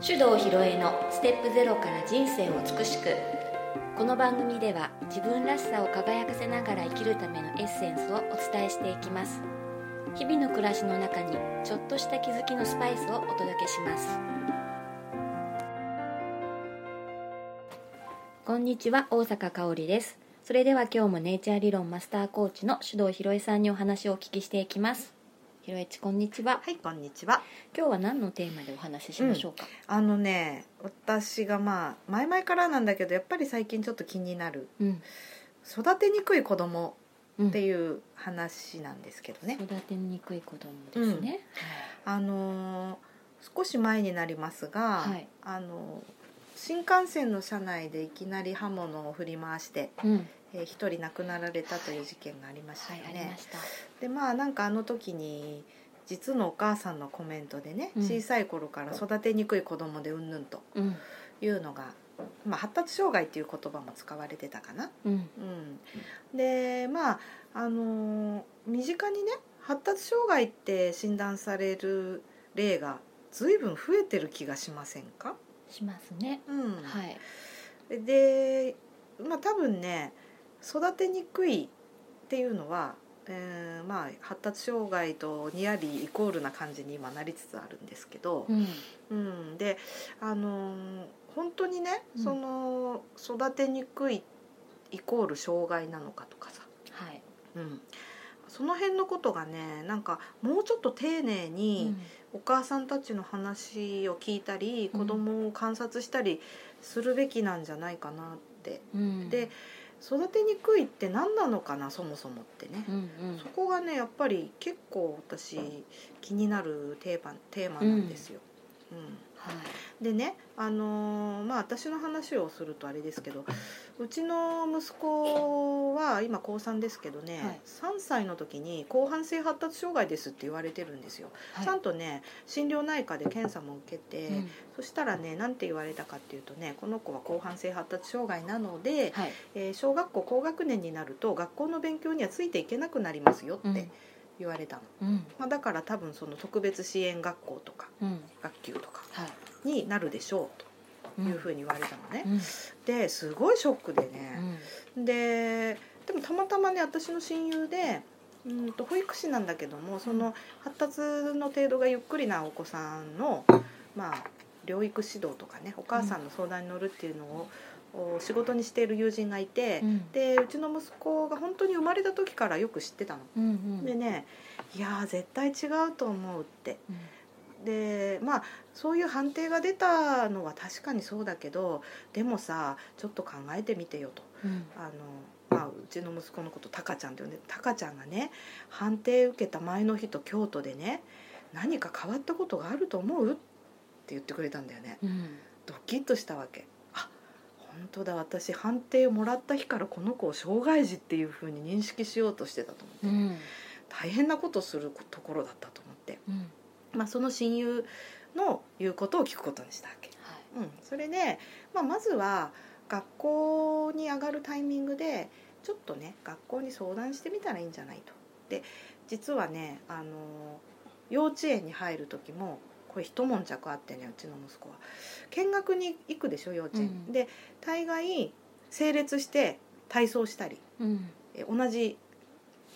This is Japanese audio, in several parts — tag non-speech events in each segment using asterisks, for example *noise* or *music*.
手動ひろえのステップゼロから人生を美しくこの番組では自分らしさを輝かせながら生きるためのエッセンスをお伝えしていきます日々の暮らしの中にちょっとした気づきのスパイスをお届けしますこんにちは大阪香織ですそれでは今日もネイチャー理論マスターコーチの手動ひろえさんにお話をお聞きしていきますひろえちこんにちははいこんにちは今日は何のテーマでお話ししましょうか、あのね私がまあ前々からなんだけどやっぱり最近ちょっと気になるうん育てにくい子供うんっていう話なんですけどね、育てにくい子供ですね、あのー少し前になりますが、はいあのー新幹線の車内でいきなり刃物を振り回して、うんうんえー一人亡くなられたという事件がありましたはいよあね。りましたでまあなんかあの時に実のお母さんのコメントでね、うん小さい頃から育てにくい子供でうんぬんとうんいうのが、まあ、発達障害っていう言葉も使われてたかな。うんうん、でまああのー身近にね発達障害って診断される例が随分増えてる気がしませんか、しますね、うんはいでまあ多分ね育てにくいっていうのは、えーまあ、発達障害とニアリーイコールな感じに今なりつつあるんですけど、うんうん、であのー本当にね、うんその育てにくいイコール障害なのかとかさ、はい、うん、その辺のことがねなんかもうちょっと丁寧にお母さんたちの話を聞いたり、うん子供を観察したりするべきなんじゃないかなってうんで育てにくいって何なのかなそもそもってねう、んそこがねやっぱり結構私気になるテーマテーマなんですよ。うんでね、あのーまあ、私の話をするとあれですけどうちの息子は今高3ですけどね、はい3歳の時に「広汎性発達障害です」って言われてるんですよ、はいちゃはいんとね心療内科で検査も受けて、うんそしたらね何て言われたかっていうとねこの子は広汎性発達障害なので、はいえー小学校高学年になると学校の勉強にはついていけなくなりますようっんて言われたの、うんまあ、だから多分その特別支援学校とかうん学級とかはいになるでしょうと。いうふうに言われたのねう、んうんですごいショックでね、ででもたまたまね私の親友でうんと保育士なんだけどもその発達の程度がゆっくりなお子さんのまあ療育指導とかねお母さんの相談に乗るっていうのを、お仕事にしている友人がいて、うんでうちの息子が本当に生まれた時からよく知ってたの。うんうんでね「いやー絶対違うと思う」ってうんでまあそういう判定が出たのは確かにそうだけどでもさちょっと考えてみてよとうんあの、まあ、うちの息子のことタカちゃんって呼んでタカちゃんがね判定受けた前の日と京都でね何か変わったことがあると思うって言ってくれたんだよねうんドキッとしたわけあ本当だ私判定をもらった日からこの子を障害児っていうふうに認識しようとしてたと思って、うん大変なことするところだったと思ってうんまあ、その親友の言うことを聞くことにしたわけ、はいうん、それで、まあ、まずは学校に上がるタイミングでちょっとね学校に相談してみたらいいんじゃないと。で実はねあの幼稚園に入る時もこれ一悶着あってねうちの息子は見学に行くでしょ幼稚園、うんで大概整列して体操したりうんえ同じ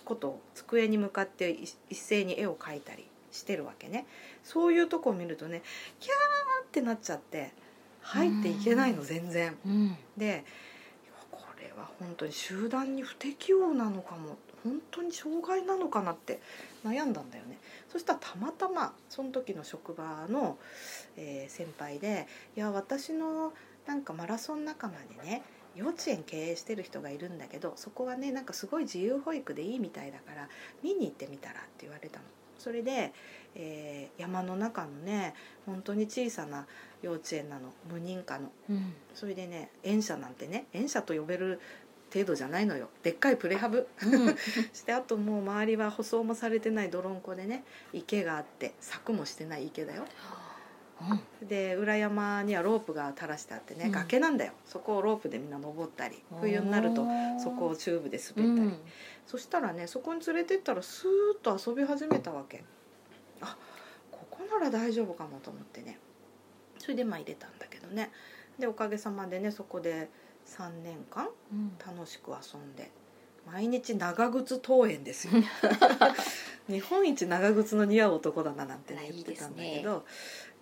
ことを机に向かって一一斉に絵を描いたりしてるわけねそういうとこを見るとねキャーってなっちゃって入っていけないの全然うんでこれは本当に集団に不適応なのかも本当に障害なのかなって悩んだんだよねそしたらたまたまその時の職場の、えー先輩で「いや私のなんかマラソン仲間でね幼稚園経営してる人がいるんだけどそこはねなんかすごい自由保育でいいみたいだから見に行ってみたら」って言われたの。それで、えー山の中のね本当に小さな幼稚園なの無認可のうんそれでね園舎なんてね園舎と呼べる程度じゃないのよでっかいプレハブうん *laughs* してあともう周りは舗装もされてない泥んこでね池があって柵もしてない池だよで裏山にはロープが垂らしてあってね、うん崖なんだよそこをロープでみんな登ったりうん冬になるとそこをチューブでう滑ったり、んそしたらねそこに連れてったらスーッと遊び始めたわけあここなら大丈夫かもと思ってねそれでまあ入れたんだけどねでおかげさまでねそこで3年間うん楽しく遊んで毎日長靴登園で *laughs* すよ日本一長靴の似合う男だななんて、ねあ、らい言いってでたすんねだけど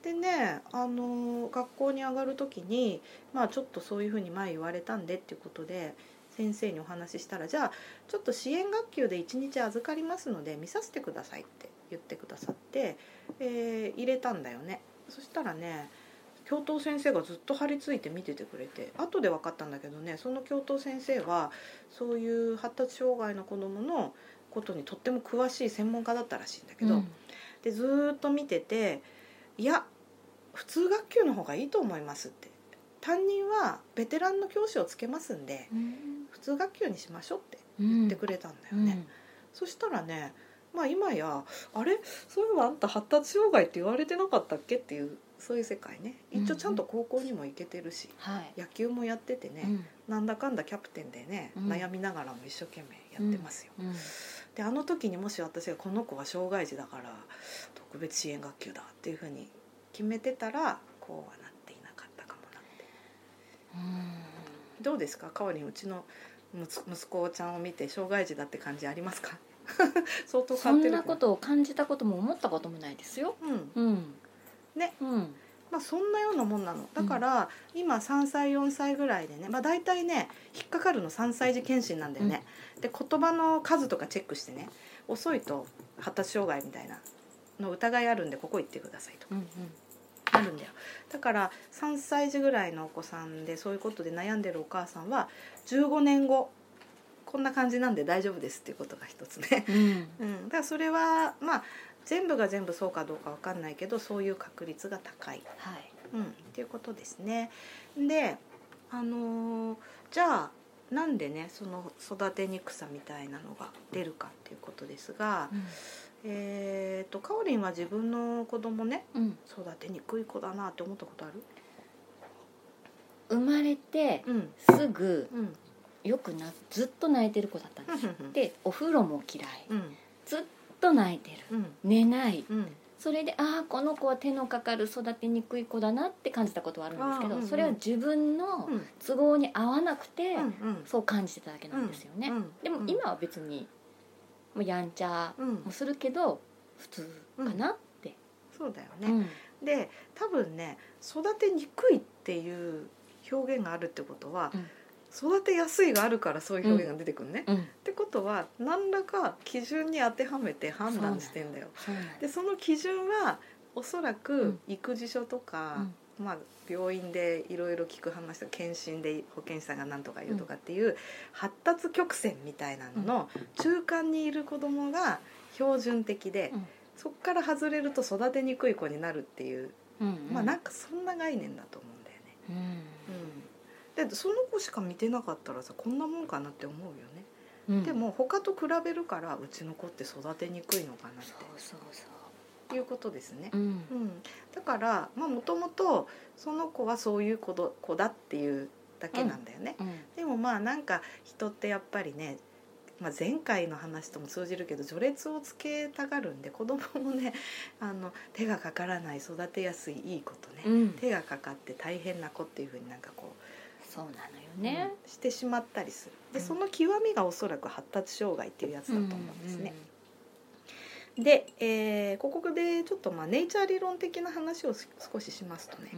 でね、あのー学校に上がる時に、まあ、ちょっとそういうふうに前言われたんでっていうことで先生にお話ししたらじゃあちょっと支援学級で1日預かりますので見させてくださいって言ってくださって、えー入れたんだよねそしたらね教頭先生がずっと張り付いて見ててくれて後で分かったんだけどねその教頭先生はそういう発達障害の子どものことにとっても詳しい専門家だったらしいんだけど、うんでずーっと見てて「いや普通学級の方がいいと思います」って「担任はベテランの教師をつけますんで普通学級にしましょう」って言ってくれたんだよね。そしたらねまあ今や「あれそういえばあんた発達障害って言われてなかったっけ?」っていうそういう世界ね一応ちゃんと高校にも行けてるし、はい、野球もやっててね、うんなんだかんだキャプテンでね、うん悩みながらも一生懸命やってますよ。うんであの時にもし私がこの子は障害児だから特別支援学級だっていうふうに決めてたらこうはなっていなかったかもなってどうですかかわりんうちの息息子ちゃんを見て障害児だって感じありますか *laughs* 相当そ変わっんてるなことを感じたことも思ったこともないですよ。うんうん、ね、うん、まあ、そんなようなもんなのだから、今3歳4歳ぐらいでね、まあ、大体ね引っかかるの3歳児検診なんだよね、で言葉の数とかチェックしてね遅いと発達障害みたいなの疑いあるんでここ行ってくださいとうん、あるんだよだから3歳児ぐらいのお子さんでそういうことで悩んでるお母さんは15年後こんな感じなんで大丈夫ですっていうことが一つ *laughs* ね、うん、うん、うん、だからそれはまあ全部が全部そうかどうかわかんないけどそういう確率が高い、はい、うん、っていうことですね。であのーじゃあなんでねその育てにくさみたいなのが出るかっていうことですが、えー、とかおりんは自分の子供ねうん、育てにくい子だなって思ったことある生まれてうんすぐうんよくなずっと泣いてる子だったんです。でで、お風呂も嫌い、うんずっと泣いてる、うん寝ない。うんそれでああこの子は手のかかる育てにくい子だなって感じたことはあるんですけど、あーうんうんそれは自分のうん都合に合わなくて、うんうんそう感じてただけなんですよね、うんでも今は別にもうやんちゃうんもするけど普通かなって、そうだようねんで多分ね育てにくいっていう表現があるってことはうん育てやすいがあるからそういう表現が出てくるねうんってことは何らか基準に当てはめて判断してんだよそうなんででその基準はおそらうくん育児書とか、まあ、病院でいろいろ聞く話とか検診で保健師さんが何とか言うとかっていう発達曲線みたいなのの中間にいる子供が標準的でうんそこから外れると育てにくい子になるっていう、うんまあなんかそんな概念だと思うんだよね。うんうん、でその子しか見てなかったらさこんなもんかなって思うよね。うんでも他と比べるからうちの子って育てにくいのかなっそうそうそていうことですねう、。うんうん、だからもともとその子はそういう子ど子だっていうだけなんだよね、うんでもまあなんか人ってやっぱりね、まあ、前回の話とも通じるけど序列をつけたがるんで子供もねあの手がかからない育てやすいいい子とね、うん手がかかって大変な子っていうふうになんかこそうなのよう、ね、うんしてしまったりするでうんその極みがおそらく発達障害っていうやつだと思うんですね。で、えーここでちょっとまあネイチャー理論的な話をす少ししますとね、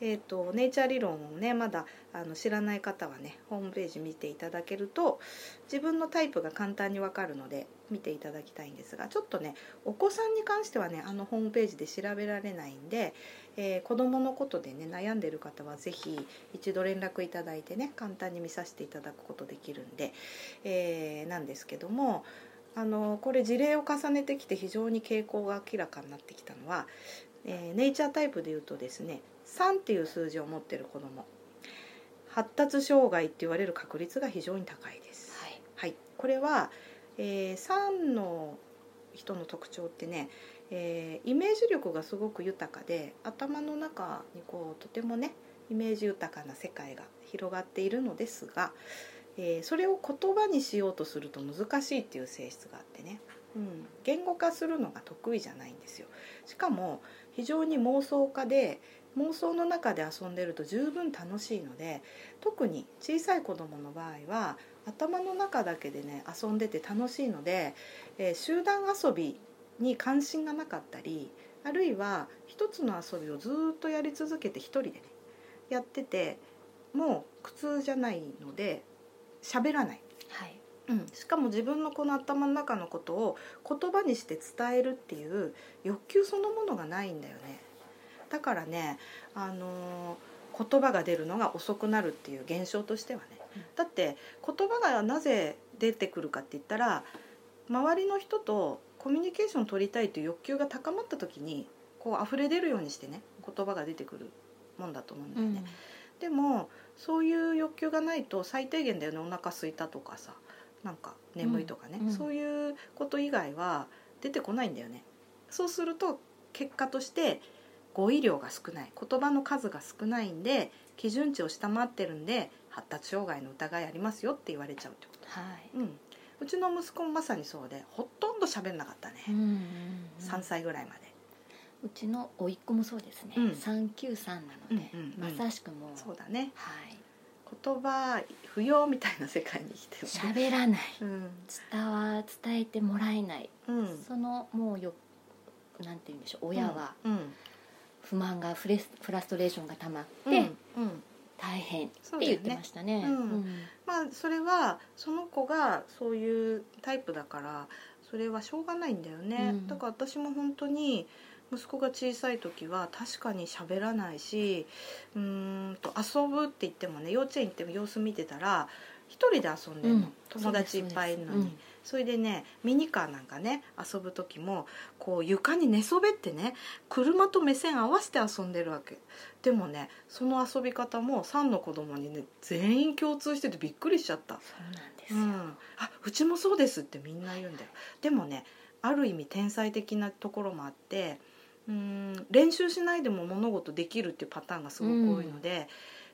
えー、とネイチャー理論をねまだあの知らない方はねホームページ見ていただけると自分のタイプが簡単にわかるので見ていただきたいんですがちょっとねお子さんに関してはねあのホームページで調べられないんで、えー子どものことでね悩んでる方は是非一度連絡いただいてね簡単に見させていただくことできるんで、えーなんですけどもあのこれ事例を重ねてきて非常に傾向が明らかになってきたのは、えーネイチャータイプでいうとですね3っていう数字を持ってる子ども発達障害って言われる確率が非常に高いです。はいはい、これは、えー、3の人の特徴ってね、えーイメージ力がすごく豊かで頭の中にこうとてもねイメージ豊かな世界が広がっているのですが、えーそれを言葉にしようとすると難しいっていう性質があってね、うん、言語化するのが得意じゃないんですよ。しかも非常に妄想家で妄想の中で遊んでると十分楽しいので特に小さい子どもの場合は頭の中だけでね遊んでて楽しいので、えー集団遊びに関心がなかったりあるいは一つの遊びをずーっとやり続けて一人でねやっててもう苦痛じゃないので喋らない、はいうん、しかも自分のこの頭の中のことを言葉にして伝えるっていう欲求そのものがないんだよねだからね、あのー言葉が出るのが遅くなるっていう現象としてはね、うんだって言葉がなぜ出てくるかって言ったら周りの人とコミュニケーションを取りたいという欲求が高まった時にこう溢れ出るようにしてね言葉が出てくるもんだと思うんだよね。でもそういう欲求がないと最低限だよねお腹空いたとかさなんか眠いとかね、うんうんそういうこと以外は出てこないんだよねそうすると結果として語彙量が少ない言葉の数が少ないんで基準値を下回ってるんで発達障害の疑いありますよって言われちゃうってこはと、うん、うちの息子もまさにそうでほとんど喋んなかったね、い、うんうんうん3歳ぐらいまでうちの甥っ子もそうですね、うん393なので、うんうんうんまさしくもうそうだねはい言葉不要みたいな世界に生きてる喋らないうん伝わ伝えてもらえない、うんそのもうよなんて言うんでしょう親はうん不満がフレスフラストレーションが溜まって、で、うん大変ってそうだよ言ねってましたねうんまあそれはその子がそういうタイプだからそれはしょうがないんだよね、うんだから私も本当に息子が小さい時は確かに喋らないしうーんと遊ぶって言ってもね幼稚園行っても様子見てたら一人で遊んでるの、うん友達いっぱいいるのにそ,、れでねミニカーなんかね遊ぶ時もこう床に寝そべってね車と目線合わせて遊んでるわけでもねその遊び方も3の子供にね全員共通しててびっくりしちゃったそうなんですうよ、ん、あうちもそうですってみんな言うんだよでもねある意味天才的なところもあってうーん練習しないでも物事できるっていうパターンがすごく多いので、う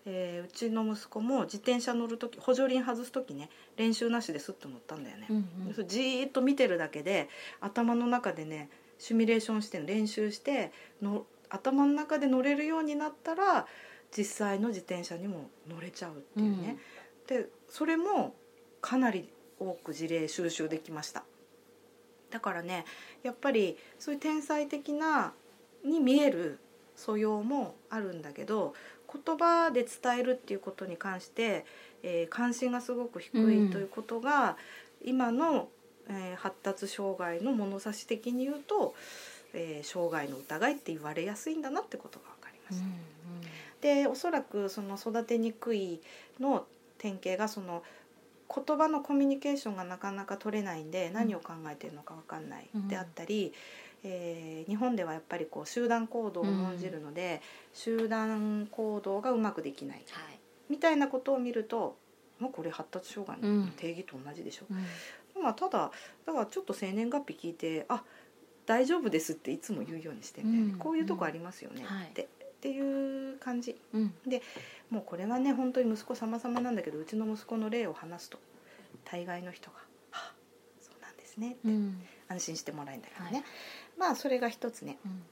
えーうちの息子も自転車乗る時補助輪外す時ね練習なしですっと乗ったんだよね、うんうんそうじーっと見てるだけで頭の中でねシミュレーションして練習しての頭の中で乗れるようになったら実際の自転車にも乗れちゃうっていうね、でそれもかなり多く事例収集できましただからねやっぱりそういう天才的なに見える素養もあるんだけど言葉で伝えるっていうことに関して、えー関心がすごく低うんいということが、今の、えー発達障害の物差し的に言うと、えー障害の疑いって言われやすいんだなってことが分かりまうしんた。うんでおそらくその育てにくいの典型がその言葉のコミュニケーションがなかなか取れないんで何を考えてるのか分かんないうんであったり、えー日本ではやっぱりこう集団行動を重んじるので、集団行動がうまくできないはいみたいなことを見るともうこれ発達障害の定義と同じでしょ、うんまあ、ただだからちょっと生年月日聞いて「あ大丈夫です」っていつも言うようにしてるんだよねうんこういうとこありますよねうんはいって、っていう感じ。うんもうこれはね本当に息子様々なんだけどうちの息子の例を話すと大概の人が「はあそうなんですね」ってうん安心してもらえるんだけどね、はいまあそれが一つねうん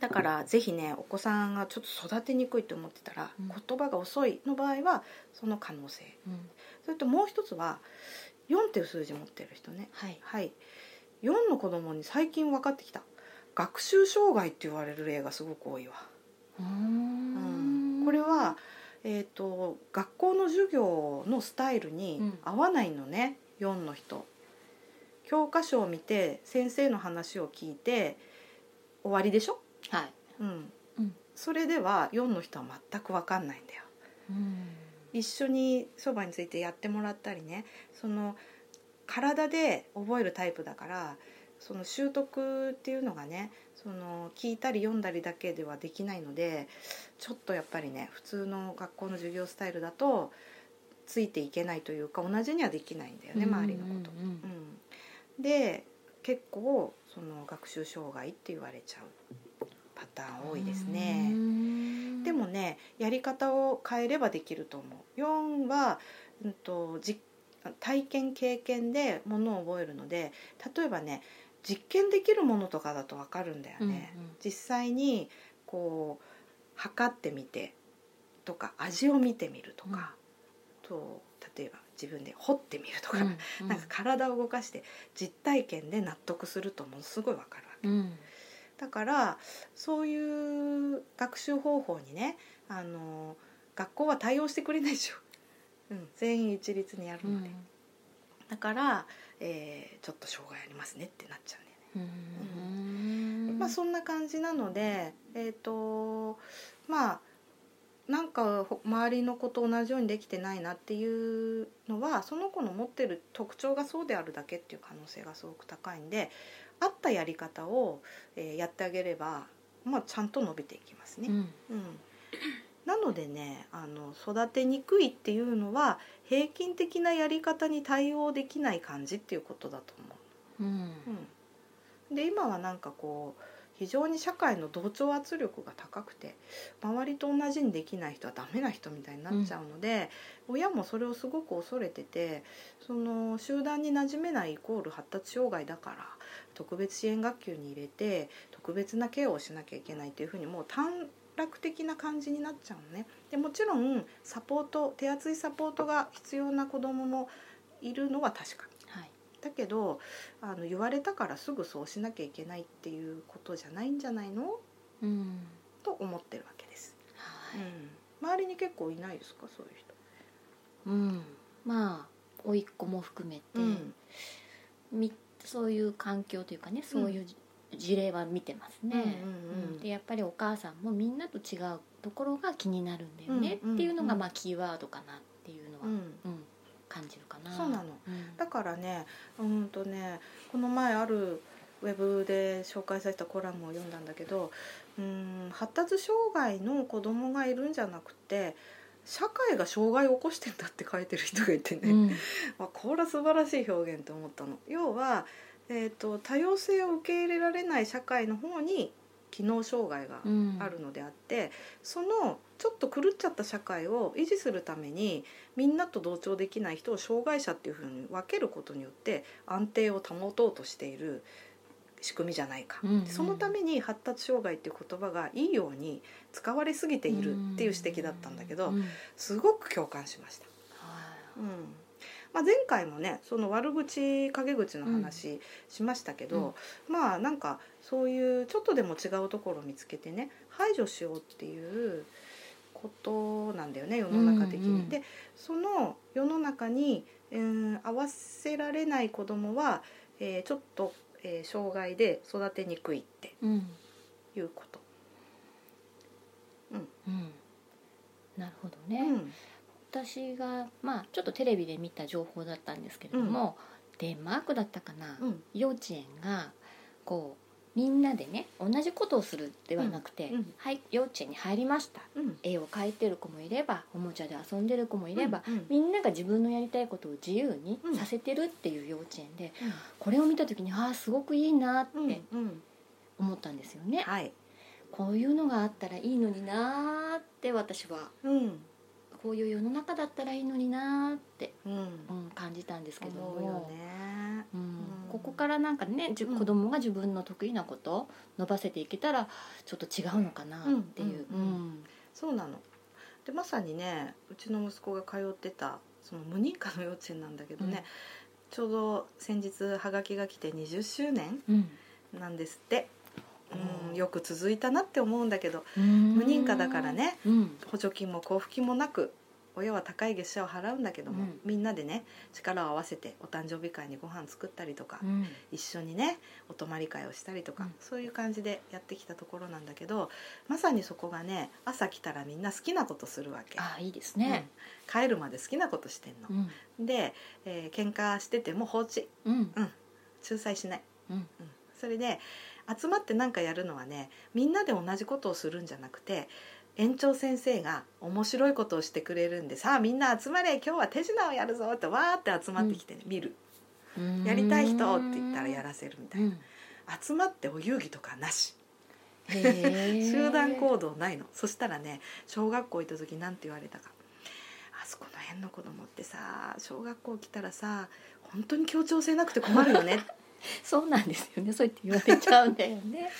だからぜひねお子さんがちょっと育てにくいと思ってたら、うん言葉が遅いの場合はその可能性うんそれともう一つは4っていう数字持ってる人ねはいはい4の子供に最近分かってきた学習障害って言われる例がすごく多いわ。うーうんんこれは、えー、と学校の授業のスタイルにうん合わないのね、4の人教科書を見て先生の話を聞いて終わりでしょ、はいうんうんそれでは4の人は全く分かんないんだようん一緒にそばについてやってもらったりねその体で覚えるタイプだからその習得っていうのがねその聞いたり読んだりだけではできないのでちょっとやっぱりね普通の学校の授業スタイルだとついていけないというか同じにはできないんだよね周りのこと。うんうんうん、で結構その学習障害って言われちゃうパターン多いですね。うんでもねやり方を変えればできると思う4は、うん、とじ体験経験でものを覚えるので例えばね実験できるものとかだと分かるんだよね、うんうん実際にこう測ってみてとか味を見てみるとか、と例えば自分で掘ってみるとか、うんなんか体を動かして実体験で納得するとものすごいわかるわけうんだからそういう学習方法にねあの学校は対応してくれないでしょ、うん、全員一律にやるうのんで、だから、えーちょっと障害ありますねってなっちゃうね、うんまあそんな感じなのでえっ、とまあなんかほ周りの子と同じようにできてないなっていうのはその子の持ってる特徴がそうであるだけっていう可能性がすごく高いんで合ったやり方を、えーやってあげれば、まあ、ちゃんと伸びていきますねう。んうん、なのでねあの育てにくいっていうのは平均的なやり方に対応できない感じっていうことだと思うんう。うん、で今はなんかこう非常に社会の同調圧力が高くて周りと同じにできない人はダメな人みたいになっちゃうので、親もそれをすごく恐れててその集団に馴染めないイコール発達障害だから特別支援学級に入れて特別なケアをしなきゃいけないというふうにもう短絡的な感じになっちゃうのね。でもちろんサポート手厚いサポートが必要な子どももいるのは確かはいだけどあの言われたからすぐそうしなきゃいけないっていうことじゃないんじゃないのうんと思ってるわけです、はういん、周りに結構いないですかそういう人、うんまあ甥っ子も含めてみそういう環境というかねそういう事例は見てますね。うんうんうんでやっぱりお母さんもみんなと違うところが気になるんだよねうんうんうんっていうのがまあキーワードかなっていうのは、ううんん感じるかな。そうなのうんだからねうんとねこの前あるウェブで紹介されたコラムを読んだんだけどうん発達障害の子供がいるんじゃなくて社会が障害を起こしてんだって書いてる人がいてね、うんまあ、これは素晴らしい表現と思ったの要は、えー、と多様性を受け入れられない社会の方に機能障害がうん *laughs* あるのであって、そのちょっと狂っちゃった社会を維持するためにみんなと同調できない人を障害者っていうふうに分けることによって安定を保とうとしている仕組みじゃないか、うんうんそのために発達障害っていう言葉がいいように使われすぎているっていう指摘だったんだけど、うんうんすごく共感しました。はいうんまあ、前回もねその悪口陰口の話しましたけど、まあなんかそういうちょっとでも違うところを見つけてね排除しようっていうことなんだよね世の中的に。うんうんでその世の中に、えー合わせられない子供は、えーちょっと、えー障害で育てにくいってうんいうこと。うんなるほどね、うん私が、まあ、ちょっとテレビで見た情報だったんですけれども、デンマークだったかな、うん幼稚園がこうみんなでね同じことをするではなくて、うんうんはい、幼稚園に入りましたうん絵を描いてる子もいればおもちゃで遊んでる子もいれば、うんうんみんなが自分のやりたいことを自由にうんさせてるっていう幼稚園で、これを見た時にああすごくいいなっうんてうん思ったんですよね、はいこういうのがあったらいいのになーって私はうんこういう世の中だったらいいのになーって、うんうん、感じたんですけども思うよね。うんうんここからなんかねじゅうん子供が自分の得意なことを伸ばせていけたらちょっと違うのかなっていう。うんうんそうなのでまさにねうちの息子が通ってたその無認可の幼稚園なんだけどね、うんちょうど先日はがきが来て20周年うんなんですって、うおん、ーよく続いたなって思うんだけどうん無認可だからねうん補助金も交付金もなく親は高い月謝を払うんだけども、うんみんなでね力を合わせてお誕生日会にご飯作ったりとか、うん一緒にねお泊まり会をしたりとか、うんそういう感じでやってきたところなんだけどまさにそこがね朝来たらみんな好きなことするわけ、ああいいですね。うん帰るまで好きなことしてんのう、んで、えー喧嘩してても放置うん仲裁しない、うんうん、それで集まってなんかやるのはねみんなで同じことをするんじゃなくて園長先生が面白いことをしてくれるんでさあみんな集まれ今日は手品をやるぞってわーって集まってきてね、見るうんやりたい人って言ったらやららせるみたいな。ない。うん集まってお遊戯とかなしへえ集団行動ないの、そしたらね小学校行った時なんて言われたかあそこ *laughs* の辺の子供ってさ小学校来たらさ本当に協調性なくて困るよねそうなんですよねそう言って言われちゃうんだよ *laughs* ね。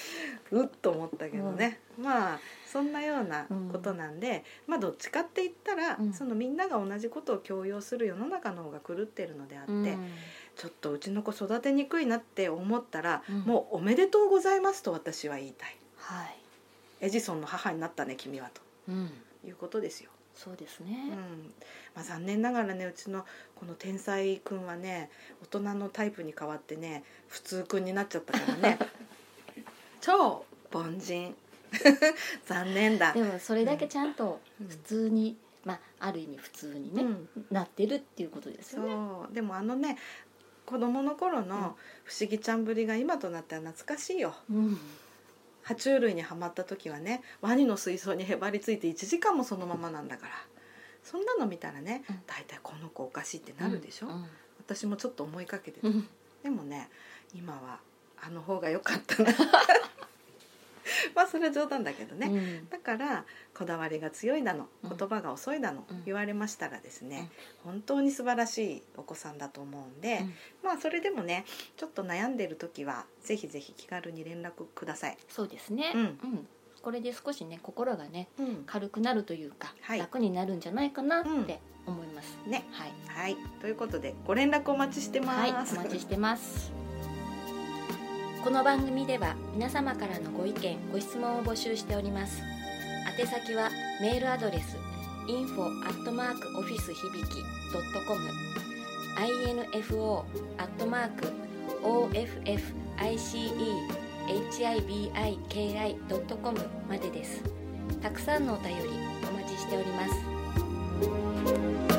うっと思ったけどね、まあそんなようなことなんで、まあどっちかって言ったら、うんそのみんなが同じことを強要する世の中の方が狂ってるのであって、うんちょっとうちの子育てにくいなって思ったら、うんもうおめでとうございますと私は言いたいはい、エジソンの母になったね君はうん、ということですよ、そうですうんね。まあ、残念ながらねうちのこの天才くんはね大人のタイプに変わってね普通くんになっちゃったから *laughs* ね超凡人 *laughs* 残念だでもそれだけちゃんとうん普通に、まあある意味普通にね、うんなってるっていうことですよね。そうでもあのね子供の頃の不思議ちゃんぶりが今となっては懐かしいようん、爬虫類にはまった時はねワニの水槽にへばりついて1時間もそのままなんだからそんなの見たらねうん大体この子おかしいってなるでしょ、うん私もちょっと思いかけてた、うんでもね今はあの方が良かった *laughs* なまあそれは冗談だけどね、うんだからこだわりが強いだのうん言葉が遅いだの、うん言われましたらですね、本当に素晴らしいお子さんだと思うんで、うんまあそれでもねちょっと悩んでる時はぜひぜひ気軽に連絡ください。そうですね。うんこれで少しね心がねうん軽くなるというか、はい楽になるんじゃないかなって思います。ね、はい。はいということでご連絡お待ちしてまはい、おす。待ちしてます。この番組では皆様からのご意見、ご質問を募集しております。宛先はメールアドレス info office 響き .com info officehibiki.com までです。たくさんのお便りお待ちしております。